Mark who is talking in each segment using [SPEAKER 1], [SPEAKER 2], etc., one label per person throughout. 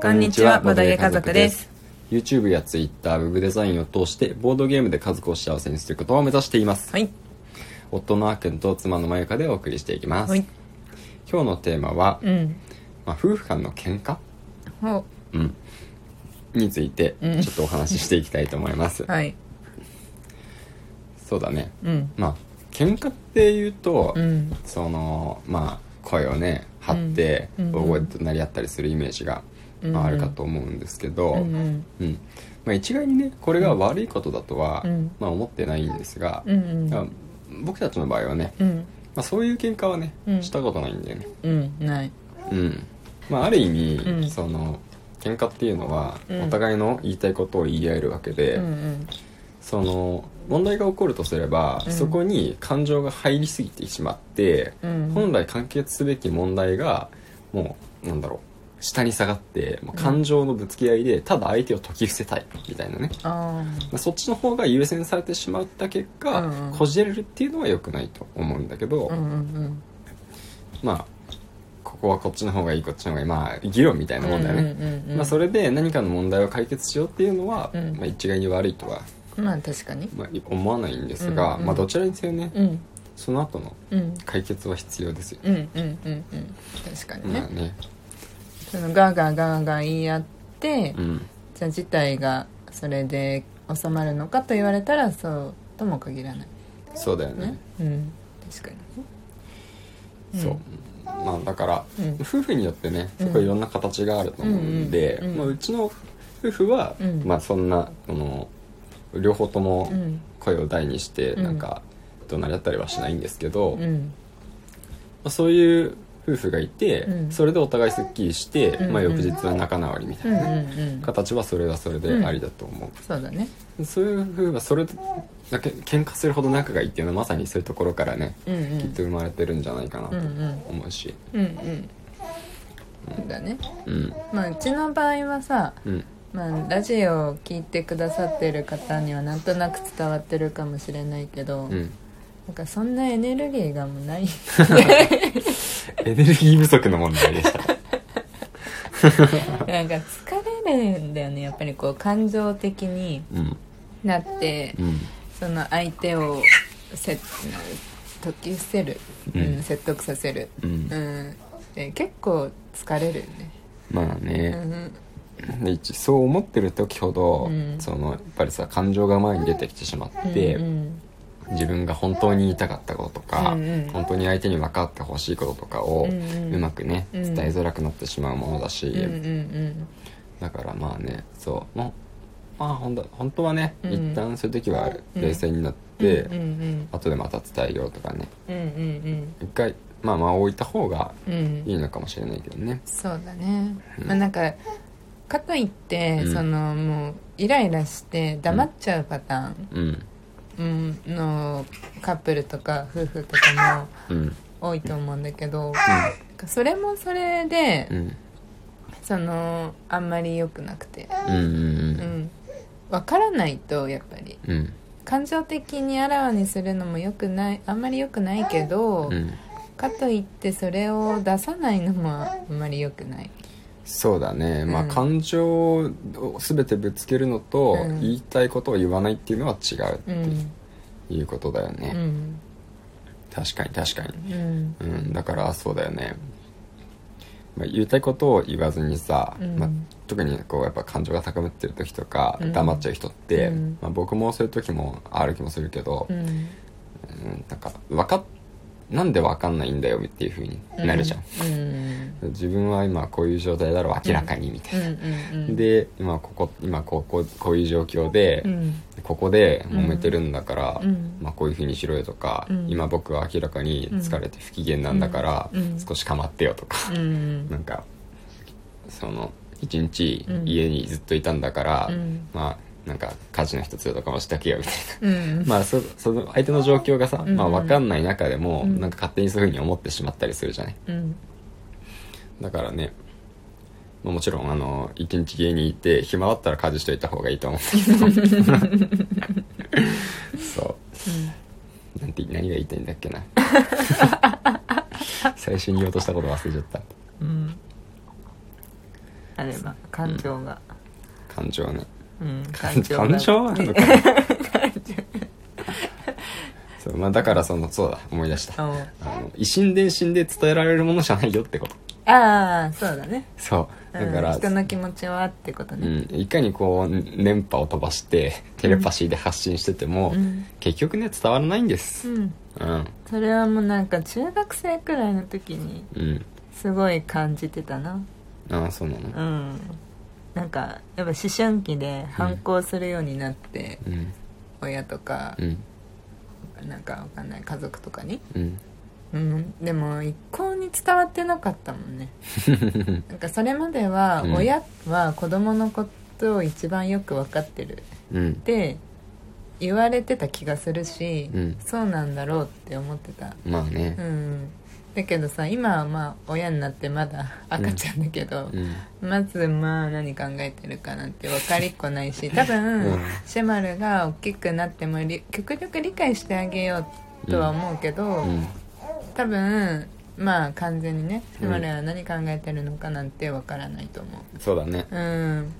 [SPEAKER 1] こんにちはボードゲー家族です
[SPEAKER 2] YouTube や Twitter ウェブデザインを通してボードゲームで家族を幸せにすることを目指しています、
[SPEAKER 1] はい
[SPEAKER 2] 夫のあっくんと妻のまゆかでお送りしていきます、
[SPEAKER 1] はい
[SPEAKER 2] 今日のテーマは、
[SPEAKER 1] うん
[SPEAKER 2] まあ、夫婦間の喧嘩
[SPEAKER 1] ほ
[SPEAKER 2] うんについて
[SPEAKER 1] うん
[SPEAKER 2] ちょっとお話ししていきたいと思います、
[SPEAKER 1] うはい
[SPEAKER 2] そうだね
[SPEAKER 1] うん
[SPEAKER 2] まあ喧嘩っていうと、
[SPEAKER 1] うん
[SPEAKER 2] そのまあ声をね張って
[SPEAKER 1] うん
[SPEAKER 2] 大声と鳴り合ったりするイメージが、まあ、あるかと思うんですけど、
[SPEAKER 1] うんうん
[SPEAKER 2] うんまあ、一概にねこれが悪いことだとは、
[SPEAKER 1] うん
[SPEAKER 2] まあ、思ってないんですが、
[SPEAKER 1] うんうん
[SPEAKER 2] まあ僕たちの場合はね、
[SPEAKER 1] うん
[SPEAKER 2] まあ、そういう喧嘩はね、
[SPEAKER 1] うん
[SPEAKER 2] したことないんだよね、
[SPEAKER 1] うんない
[SPEAKER 2] うんまあ、ある意味、
[SPEAKER 1] うん
[SPEAKER 2] その喧嘩っていうのは、
[SPEAKER 1] うん
[SPEAKER 2] お互いの言いたいことを言い合えるわけで、
[SPEAKER 1] うんうん
[SPEAKER 2] その問題が起こるとすれば、
[SPEAKER 1] うん
[SPEAKER 2] そこに感情が入りすぎてしまって、
[SPEAKER 1] うん
[SPEAKER 2] 本来完結すべき問題がもうなんだろう下に下がってもう感情のぶつけ合いで、ただ相手を解き伏せたいみたいなね
[SPEAKER 1] あ
[SPEAKER 2] まあそっちの方が優先されてしまった結果、
[SPEAKER 1] うんうん
[SPEAKER 2] こじれるっていうのは良くないと思うんだけど、
[SPEAKER 1] あうんうん
[SPEAKER 2] まあここはこっちの方がいいこっちの方がいいまあ議論みたい
[SPEAKER 1] うん
[SPEAKER 2] なもんだよね、
[SPEAKER 1] うんうん
[SPEAKER 2] まあ、それで何かの問題を解決しようっていうのは、
[SPEAKER 1] うん
[SPEAKER 2] まあ、一概に悪いとは、
[SPEAKER 1] まあ確かに
[SPEAKER 2] まあ、思わないんですが、
[SPEAKER 1] うんうん
[SPEAKER 2] まあ、どちらにせよね、
[SPEAKER 1] うん
[SPEAKER 2] その後の
[SPEAKER 1] うん
[SPEAKER 2] 解決は必要ですよ、
[SPEAKER 1] うんうんうんうん確かに
[SPEAKER 2] まあ
[SPEAKER 1] ね
[SPEAKER 2] ね、
[SPEAKER 1] そのガーガーガーガー言い合って
[SPEAKER 2] うん、
[SPEAKER 1] じゃあ事態がそれで収まるのかと言われたらそうとも限らない
[SPEAKER 2] そうだよね
[SPEAKER 1] ねうん確かに
[SPEAKER 2] そう、まあ、だから、
[SPEAKER 1] うん
[SPEAKER 2] 夫婦によってね
[SPEAKER 1] う
[SPEAKER 2] す
[SPEAKER 1] ん
[SPEAKER 2] ごいいろんな形があると思うんで、
[SPEAKER 1] うんうんうん
[SPEAKER 2] まあ、うちの夫婦は、
[SPEAKER 1] うん
[SPEAKER 2] まあ、そんなあの両方とも
[SPEAKER 1] うん
[SPEAKER 2] 声を大にして
[SPEAKER 1] うん
[SPEAKER 2] なんか怒鳴り合ったりはしないんですけど、
[SPEAKER 1] う
[SPEAKER 2] ま
[SPEAKER 1] ん
[SPEAKER 2] あ、そういう夫婦がいて、
[SPEAKER 1] うん
[SPEAKER 2] それでお互いすっきりして、
[SPEAKER 1] うん
[SPEAKER 2] まあ、翌日は仲直りみた
[SPEAKER 1] う
[SPEAKER 2] い
[SPEAKER 1] んう
[SPEAKER 2] な、
[SPEAKER 1] ん
[SPEAKER 2] ね
[SPEAKER 1] うん
[SPEAKER 2] 形はそれはそれでありだと思う、
[SPEAKER 1] そうだね
[SPEAKER 2] そういう夫婦はそれだけ喧嘩するほど仲がいいっていうのはまさにそういうところからね
[SPEAKER 1] うんうん
[SPEAKER 2] きっと生まれてるんじゃないかなと
[SPEAKER 1] うんうん
[SPEAKER 2] 思うし
[SPEAKER 1] うんうんそうだね
[SPEAKER 2] うん
[SPEAKER 1] まあうちの場合はさ
[SPEAKER 2] うん
[SPEAKER 1] まあラジオを聞いてくださってる方にはなんとなく伝わってるかもしれないけど、
[SPEAKER 2] うん
[SPEAKER 1] なんかそんなエネルギーがもうない
[SPEAKER 2] エネルギー不足の問題でした
[SPEAKER 1] なんか疲れるんだよねやっぱりこう感情的に
[SPEAKER 2] うん
[SPEAKER 1] なって
[SPEAKER 2] うん
[SPEAKER 1] その相手をせ解き伏せる、
[SPEAKER 2] うん
[SPEAKER 1] うん、説得させる、
[SPEAKER 2] うん
[SPEAKER 1] うん、で結構疲れるよね、
[SPEAKER 2] まあね、
[SPEAKER 1] うん
[SPEAKER 2] で一そう思ってる時ほど、
[SPEAKER 1] うん
[SPEAKER 2] そのやっぱりさ感情が前に出てきてしまって、
[SPEAKER 1] うん
[SPEAKER 2] 自分が本当に言いたかったこととか、
[SPEAKER 1] うんうん
[SPEAKER 2] 本当に相手に分かってほしいこととかを、う
[SPEAKER 1] う
[SPEAKER 2] ん
[SPEAKER 1] うん
[SPEAKER 2] まくね
[SPEAKER 1] う
[SPEAKER 2] 伝
[SPEAKER 1] ん
[SPEAKER 2] えづらくなってしまうものだし、
[SPEAKER 1] うんうんうん
[SPEAKER 2] だからまあねそうもうまあほんと本当はね、
[SPEAKER 1] うん
[SPEAKER 2] 一旦そういう時は
[SPEAKER 1] うん
[SPEAKER 2] 冷静になって、
[SPEAKER 1] うんうん
[SPEAKER 2] 後でまた伝えようとかね
[SPEAKER 1] うんうん
[SPEAKER 2] 一回まあまあ置いた方が
[SPEAKER 1] うんうん
[SPEAKER 2] いいのかもしれないけどね
[SPEAKER 1] そうだね、
[SPEAKER 2] うん
[SPEAKER 1] まあなんかかといって、
[SPEAKER 2] うん
[SPEAKER 1] そのもうイライラして黙っちゃうパタ
[SPEAKER 2] うん
[SPEAKER 1] ーンうんのカップルとか夫婦とか
[SPEAKER 2] うん
[SPEAKER 1] も多いと思うんだけど、なんかそれもそれで、
[SPEAKER 2] うん
[SPEAKER 1] そのあんまり良くなくて、
[SPEAKER 2] うんうんう
[SPEAKER 1] う
[SPEAKER 2] ん
[SPEAKER 1] ん、分からないとやっぱり
[SPEAKER 2] うん
[SPEAKER 1] 感情的にあらわにするのも良くないあんまり良くないけど、
[SPEAKER 2] うん
[SPEAKER 1] かといってそれを出さないのもあんまり良くない
[SPEAKER 2] そうだね、まあ
[SPEAKER 1] うん
[SPEAKER 2] 感情を全てぶつけるのと、
[SPEAKER 1] うん
[SPEAKER 2] 言いたいことを言わないっていうのは違う
[SPEAKER 1] う
[SPEAKER 2] っ
[SPEAKER 1] ん
[SPEAKER 2] ていうことだよ
[SPEAKER 1] う
[SPEAKER 2] ね、
[SPEAKER 1] ん
[SPEAKER 2] 確かに確かに、
[SPEAKER 1] うん
[SPEAKER 2] うん、だからそうだよね、まあ、言いたいことを言わずにさ、
[SPEAKER 1] うん
[SPEAKER 2] まあ、特にこうやっぱ感情が高まってる時とか
[SPEAKER 1] うん
[SPEAKER 2] 黙っちゃう人って、
[SPEAKER 1] うん
[SPEAKER 2] まあ、僕もそういう時もある気もするけど、
[SPEAKER 1] うん
[SPEAKER 2] うん、なんかわかっなんでわかんないんだよっていうふうになるじゃん、
[SPEAKER 1] うんうん
[SPEAKER 2] 自分は今こういう状態だろう明らかにみたいな、
[SPEAKER 1] うんうん
[SPEAKER 2] で今ここ今こここういう状況で、
[SPEAKER 1] うん
[SPEAKER 2] ここで揉めてるんだから、
[SPEAKER 1] うん
[SPEAKER 2] まあ、こういうふうにしろよとか、
[SPEAKER 1] うん
[SPEAKER 2] 今僕は明らかに疲れて不機嫌なんだから、
[SPEAKER 1] うんうん
[SPEAKER 2] 少し構ってよとか、
[SPEAKER 1] うん
[SPEAKER 2] なんかその一日
[SPEAKER 1] うん
[SPEAKER 2] 家にずっといたんだから、
[SPEAKER 1] うん
[SPEAKER 2] まあなんか家事の一つとかもしてあげようみたいな。
[SPEAKER 1] うん
[SPEAKER 2] まあ、そその相手の状況がさ、
[SPEAKER 1] うん
[SPEAKER 2] まあ、分かんない中でも、
[SPEAKER 1] うん
[SPEAKER 2] なんか勝手にそういうふうに思ってしまったりするじゃない
[SPEAKER 1] うん
[SPEAKER 2] だからね、まあ、もちろんあの一日家にいて暇だったら家事しといた方がいいと思うんだけ どそうなんて何が言いたいんだっけ な最初に言おうとしたこと忘れちゃった
[SPEAKER 1] うんあれば感情が
[SPEAKER 2] 感情ね
[SPEAKER 1] うん感
[SPEAKER 2] 感
[SPEAKER 1] 情
[SPEAKER 2] 情
[SPEAKER 1] が
[SPEAKER 2] な のかそうまあだからそのそうだ思い出した
[SPEAKER 1] うん
[SPEAKER 2] あの一心伝心で伝えられるものじゃないよってこと
[SPEAKER 1] ああそうだね
[SPEAKER 2] そう
[SPEAKER 1] う
[SPEAKER 2] だ
[SPEAKER 1] ん
[SPEAKER 2] から、
[SPEAKER 1] 人の気持ちはってこと
[SPEAKER 2] う
[SPEAKER 1] ね
[SPEAKER 2] ん、いかにこう電波を飛ばしてテレパシーで発信してても、
[SPEAKER 1] うん
[SPEAKER 2] 結局ね伝わらないんです
[SPEAKER 1] うん
[SPEAKER 2] うん
[SPEAKER 1] それはもうなんか中学生くらいの時に
[SPEAKER 2] うん
[SPEAKER 1] すごい感じてたな
[SPEAKER 2] ああそうなの
[SPEAKER 1] うんなんかやっぱ思春期で反抗するようになって、
[SPEAKER 2] うん
[SPEAKER 1] 親とか
[SPEAKER 2] う、ん
[SPEAKER 1] なんかわかんない家族とかに
[SPEAKER 2] うん
[SPEAKER 1] うんでも一向に伝わってなかったもん ねなんかそれまでは
[SPEAKER 2] うん
[SPEAKER 1] 親は子供のことを一番よく分かってる
[SPEAKER 2] うん
[SPEAKER 1] って言われてた気がするし、
[SPEAKER 2] うん
[SPEAKER 1] そうなんだろうって思ってた
[SPEAKER 2] まあね
[SPEAKER 1] うんだけどさ今はまあ親になってまだ赤ちゃんだけど、
[SPEAKER 2] うん
[SPEAKER 1] まずまあ何考えてるかなんて分かりっこないし多
[SPEAKER 2] う
[SPEAKER 1] 分
[SPEAKER 2] ん
[SPEAKER 1] シェマルが大きくなってもり極力理解してあげようとは思うけど、
[SPEAKER 2] うん
[SPEAKER 1] 多分まあ完全にねシ
[SPEAKER 2] うん
[SPEAKER 1] ェマルは何考えてるのかなんて分からないと思
[SPEAKER 2] そうだね
[SPEAKER 1] ううん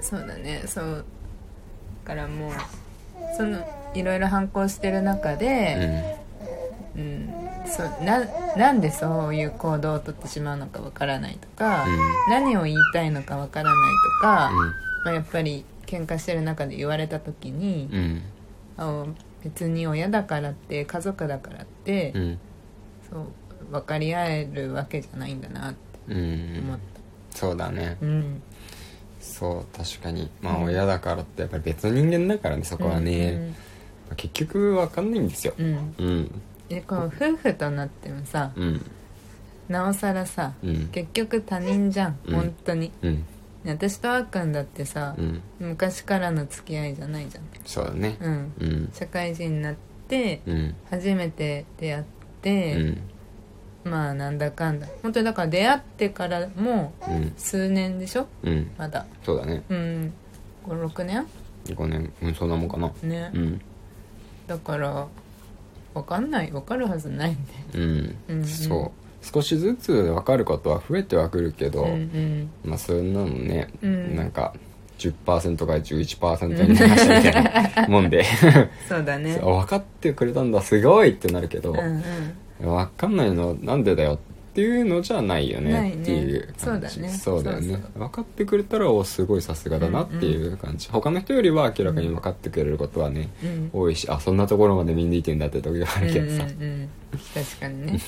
[SPEAKER 1] そうだねそうだからもうそのいろいろ反抗してる中で、
[SPEAKER 2] う
[SPEAKER 1] うん、そうななんでそういう行動をとってしまうのかわからないとか、
[SPEAKER 2] うん
[SPEAKER 1] 何を言いたいのかわからないとか、
[SPEAKER 2] ん
[SPEAKER 1] まあ、やっぱり喧嘩してる中で言われた時に、
[SPEAKER 2] うん
[SPEAKER 1] あの別に親だからって家族だからって、
[SPEAKER 2] うん
[SPEAKER 1] そう分かり合えるわけじゃないんだなって
[SPEAKER 2] うんう
[SPEAKER 1] 思っ
[SPEAKER 2] んそうだね
[SPEAKER 1] た、うん、
[SPEAKER 2] そう確かにまあ親だからってやっぱり別の人間だからねそこはね、結局わかんないんですよ
[SPEAKER 1] うん、うん
[SPEAKER 2] うん
[SPEAKER 1] でこう夫婦となってもさ
[SPEAKER 2] うん
[SPEAKER 1] なおさらさ、
[SPEAKER 2] うん
[SPEAKER 1] 結局他人じゃん、
[SPEAKER 2] うん
[SPEAKER 1] 本当に
[SPEAKER 2] うん
[SPEAKER 1] 私とあっくんだってさ、
[SPEAKER 2] うん
[SPEAKER 1] 昔からの付き合いじゃないじゃん
[SPEAKER 2] そうだね
[SPEAKER 1] うん
[SPEAKER 2] うん
[SPEAKER 1] 社会人になって
[SPEAKER 2] うん
[SPEAKER 1] 初めて出会っ
[SPEAKER 2] う
[SPEAKER 1] て、
[SPEAKER 2] ん
[SPEAKER 1] まあなんだかんだ本当にだから出会ってからも
[SPEAKER 2] うん
[SPEAKER 1] 数年でしょ
[SPEAKER 2] うん
[SPEAKER 1] まだ
[SPEAKER 2] そうだね
[SPEAKER 1] うん56年
[SPEAKER 2] 5年うんそんなもんかな
[SPEAKER 1] ね、
[SPEAKER 2] うん
[SPEAKER 1] だから分かんない分かるはずないんで
[SPEAKER 2] うん、
[SPEAKER 1] うん
[SPEAKER 2] そう少しずつ分かることは増えてはくるけど、
[SPEAKER 1] うん
[SPEAKER 2] まあそんなのね、
[SPEAKER 1] うん
[SPEAKER 2] なんか10%から11%になりましたみたい なもんで、
[SPEAKER 1] うんそうだね
[SPEAKER 2] そう分かってくれたんだすごいってなるけど、
[SPEAKER 1] うんうん
[SPEAKER 2] 分かんないのなんでだよっていうのじゃないよ
[SPEAKER 1] な
[SPEAKER 2] ね
[SPEAKER 1] いね
[SPEAKER 2] っていう感じ
[SPEAKER 1] そうだね
[SPEAKER 2] そうだよね
[SPEAKER 1] そうそ
[SPEAKER 2] 分かってくれたらおすごいさすがだなっていう感じ、他の人よりは明らかに分かってくれることはね、
[SPEAKER 1] うん
[SPEAKER 2] 多いしあそんなところまで見抜いてんだって時々あ
[SPEAKER 1] うん
[SPEAKER 2] る
[SPEAKER 1] う
[SPEAKER 2] けどさ、
[SPEAKER 1] んうん確かにね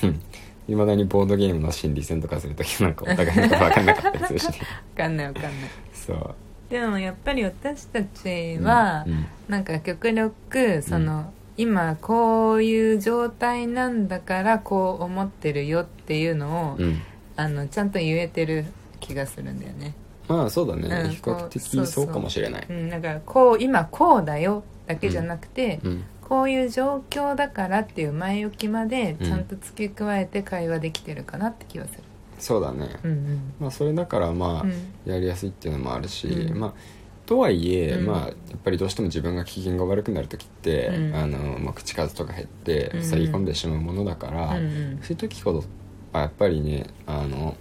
[SPEAKER 2] いまだにボードゲームの心理戦とかするときなんかお互いのこと分かんなかったりするしね
[SPEAKER 1] 分かんない分かんない
[SPEAKER 2] そう
[SPEAKER 1] でもやっぱり私たちは、
[SPEAKER 2] うん
[SPEAKER 1] なんか極力その、今こういう状態なんだからこう思ってるよっていうのを、
[SPEAKER 2] うん
[SPEAKER 1] あのちゃんと言えてる気がするんだよね、
[SPEAKER 2] まあそうだね、
[SPEAKER 1] うん
[SPEAKER 2] 比較
[SPEAKER 1] そう
[SPEAKER 2] 的
[SPEAKER 1] そ
[SPEAKER 2] そううかもしれない
[SPEAKER 1] うん、だからこう今こうだよだけじゃなくて、
[SPEAKER 2] うん
[SPEAKER 1] こういう状況だからっていう前置きまでちゃんと付け加えて会話できてるかなって気はする、
[SPEAKER 2] そうだね、
[SPEAKER 1] うん
[SPEAKER 2] まあそれだからまあ、
[SPEAKER 1] うん
[SPEAKER 2] やりやすいっていうのもあるし、
[SPEAKER 1] うん
[SPEAKER 2] まあとはいえ、
[SPEAKER 1] うん
[SPEAKER 2] まあやっぱりどうしても自分が機嫌が悪くなる時って、
[SPEAKER 1] うん
[SPEAKER 2] あのまあ、口数とか減って
[SPEAKER 1] うん
[SPEAKER 2] 塞ぎ込んでしまうものだから、
[SPEAKER 1] うんうん
[SPEAKER 2] そういう時ほどまあやっぱりねあの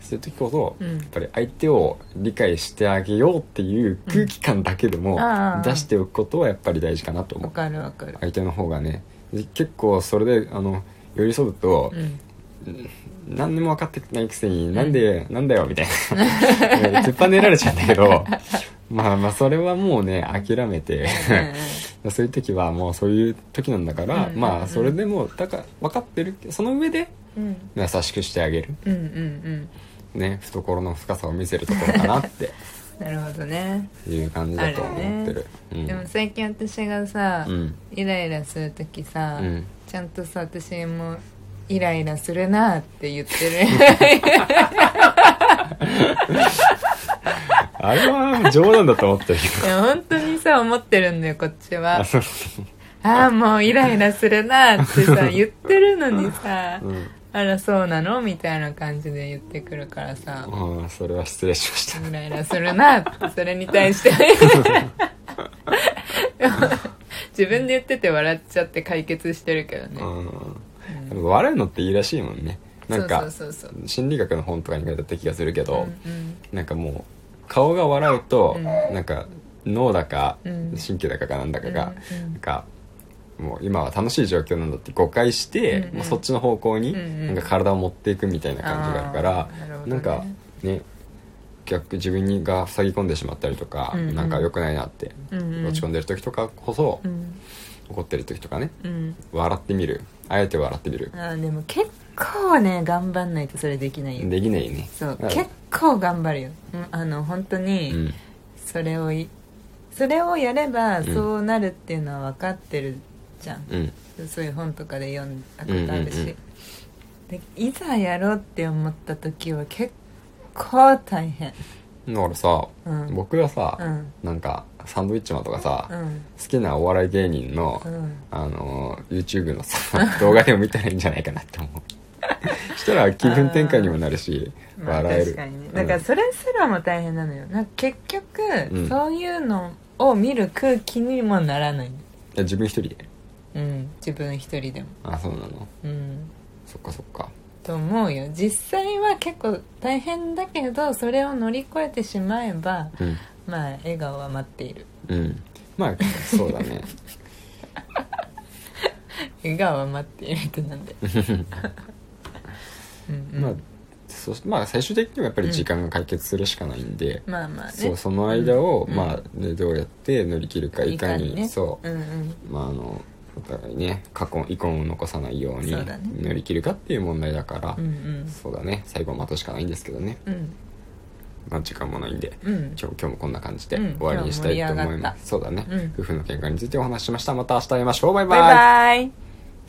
[SPEAKER 2] そういう時ほど、
[SPEAKER 1] うん
[SPEAKER 2] やっぱり相手を理解してあげようっていう空気感だけでも
[SPEAKER 1] んああ
[SPEAKER 2] 出しておくことはやっぱり大事かなと
[SPEAKER 1] うん、
[SPEAKER 2] 思
[SPEAKER 1] わ
[SPEAKER 2] う
[SPEAKER 1] かるわかる、
[SPEAKER 2] 相手の方がね結構それであの寄り添うと、
[SPEAKER 1] うん、
[SPEAKER 2] 何にも分かってないくせに、なんで、なんだよ、みたいな。 突っぱねられちゃうんだけ ど、まあまあ、それはもうね、諦めて、 そういう時はもうそういう時なんだから、
[SPEAKER 1] うん
[SPEAKER 2] まあ、それでも、だから、分かってるけど、その上で、
[SPEAKER 1] うんうん
[SPEAKER 2] 優しくしてあげる。
[SPEAKER 1] うんうんうん
[SPEAKER 2] ね、懐の深さを見せるところかな って
[SPEAKER 1] なるほどね
[SPEAKER 2] いう感じだと思ってる。うん
[SPEAKER 1] でも最近私がさ、
[SPEAKER 2] うん
[SPEAKER 1] イライラする時さ、
[SPEAKER 2] うん
[SPEAKER 1] ちゃんとさ私もイライラするなって 言ってる
[SPEAKER 2] あれは冗談だと思ってる けど
[SPEAKER 1] いや本当にさ思ってるんだよこっちは
[SPEAKER 2] あ そう
[SPEAKER 1] ああもうイライラするなってさ言ってるのにさ、あらそうなのみたいな感じで言ってくるからさ
[SPEAKER 2] うんそれは失礼しました。
[SPEAKER 1] イライラするなってそれに 対してでも自分で言ってて笑っちゃって解決してるけどね、
[SPEAKER 2] うん、やっぱ笑うのっていいらしいもんねなんか
[SPEAKER 1] そうそうそうそう
[SPEAKER 2] 心理学の本とかに書いてあった気がするけど、
[SPEAKER 1] うん
[SPEAKER 2] なんかもう顔が笑うと、
[SPEAKER 1] うん
[SPEAKER 2] なんか脳だか、
[SPEAKER 1] うん
[SPEAKER 2] 神経だかかなんだかが、
[SPEAKER 1] うんうん
[SPEAKER 2] なんかもう今は楽しい状況なんだって誤解して、
[SPEAKER 1] うんうん
[SPEAKER 2] もうそっちの方向に
[SPEAKER 1] うんうん
[SPEAKER 2] なんか体を持っていくみたいな感じがあるから、
[SPEAKER 1] あーなるほどね
[SPEAKER 2] なんかね逆自分にが塞ぎ込んでしまったりとか、
[SPEAKER 1] うんうん
[SPEAKER 2] なんか良くないなって、
[SPEAKER 1] うんうん
[SPEAKER 2] 落ち込んでる時とかこそ、
[SPEAKER 1] うん
[SPEAKER 2] 怒ってる時とかね
[SPEAKER 1] うん
[SPEAKER 2] 笑ってみるあえて笑ってみる
[SPEAKER 1] あ、ーでも結構ね頑張んないとそれできないよ
[SPEAKER 2] できないよね
[SPEAKER 1] そう
[SPEAKER 2] だから
[SPEAKER 1] 結構頑張るようんあの本当
[SPEAKER 2] う
[SPEAKER 1] に
[SPEAKER 2] ん
[SPEAKER 1] それをいそれをやれば
[SPEAKER 2] ん
[SPEAKER 1] そうなるっていうのは分かってるじゃん、
[SPEAKER 2] うん
[SPEAKER 1] そういう本とかで読んだことあるし、
[SPEAKER 2] うんうんうん
[SPEAKER 1] でいざやろうって思った時は結構大変
[SPEAKER 2] だからさ、
[SPEAKER 1] うん
[SPEAKER 2] 僕がさ、
[SPEAKER 1] うん
[SPEAKER 2] なんかサンドウィッチマンとかさ、
[SPEAKER 1] うん
[SPEAKER 2] 好きなお笑い芸人の、
[SPEAKER 1] うん
[SPEAKER 2] あのー YouTube のさ 動画でも見たらいいんじゃないかなって思う したら気分転換にもなるし
[SPEAKER 1] まあ
[SPEAKER 2] 笑える、
[SPEAKER 1] 確かにねだからそれすらも大変なのよなんか結局、
[SPEAKER 2] うん
[SPEAKER 1] そういうのを見る空気にもならない
[SPEAKER 2] うん自分一人で
[SPEAKER 1] うん自分一人でも
[SPEAKER 2] あそうなの
[SPEAKER 1] うん
[SPEAKER 2] そっかそっか
[SPEAKER 1] と思うよ実際は結構大変だけどそれを乗り越えてしまえば
[SPEAKER 2] うん
[SPEAKER 1] まあ笑顔は待っている
[SPEAKER 2] うんまあそうだ ね
[SPEAKER 1] 笑顔は待っているってなんでうん、うん
[SPEAKER 2] まあそしまあ最終的にはやっぱり時間が解決するしかないんで、
[SPEAKER 1] まあまあね
[SPEAKER 2] そうその間を、
[SPEAKER 1] うん
[SPEAKER 2] まあね、どうやって乗り切るかいかに
[SPEAKER 1] ね
[SPEAKER 2] そう
[SPEAKER 1] うんうん
[SPEAKER 2] まああのお互いね過去遺恨を残さないように
[SPEAKER 1] そうだね
[SPEAKER 2] 乗り切るかっていう問題だから
[SPEAKER 1] うんうん
[SPEAKER 2] そうだね最後待つしかないんですけどね
[SPEAKER 1] うん
[SPEAKER 2] まあ時間もないんで
[SPEAKER 1] うん
[SPEAKER 2] 今日今日もこんな感じで
[SPEAKER 1] うん
[SPEAKER 2] 終わりにしたいと思い
[SPEAKER 1] 今日は盛り上が
[SPEAKER 2] ま
[SPEAKER 1] っ
[SPEAKER 2] すそうだね
[SPEAKER 1] うん
[SPEAKER 2] 夫婦の喧嘩についてお話ししましたまた明日会いましょうバイ
[SPEAKER 1] バ
[SPEAKER 2] バ
[SPEAKER 1] イ
[SPEAKER 2] イ
[SPEAKER 1] バイ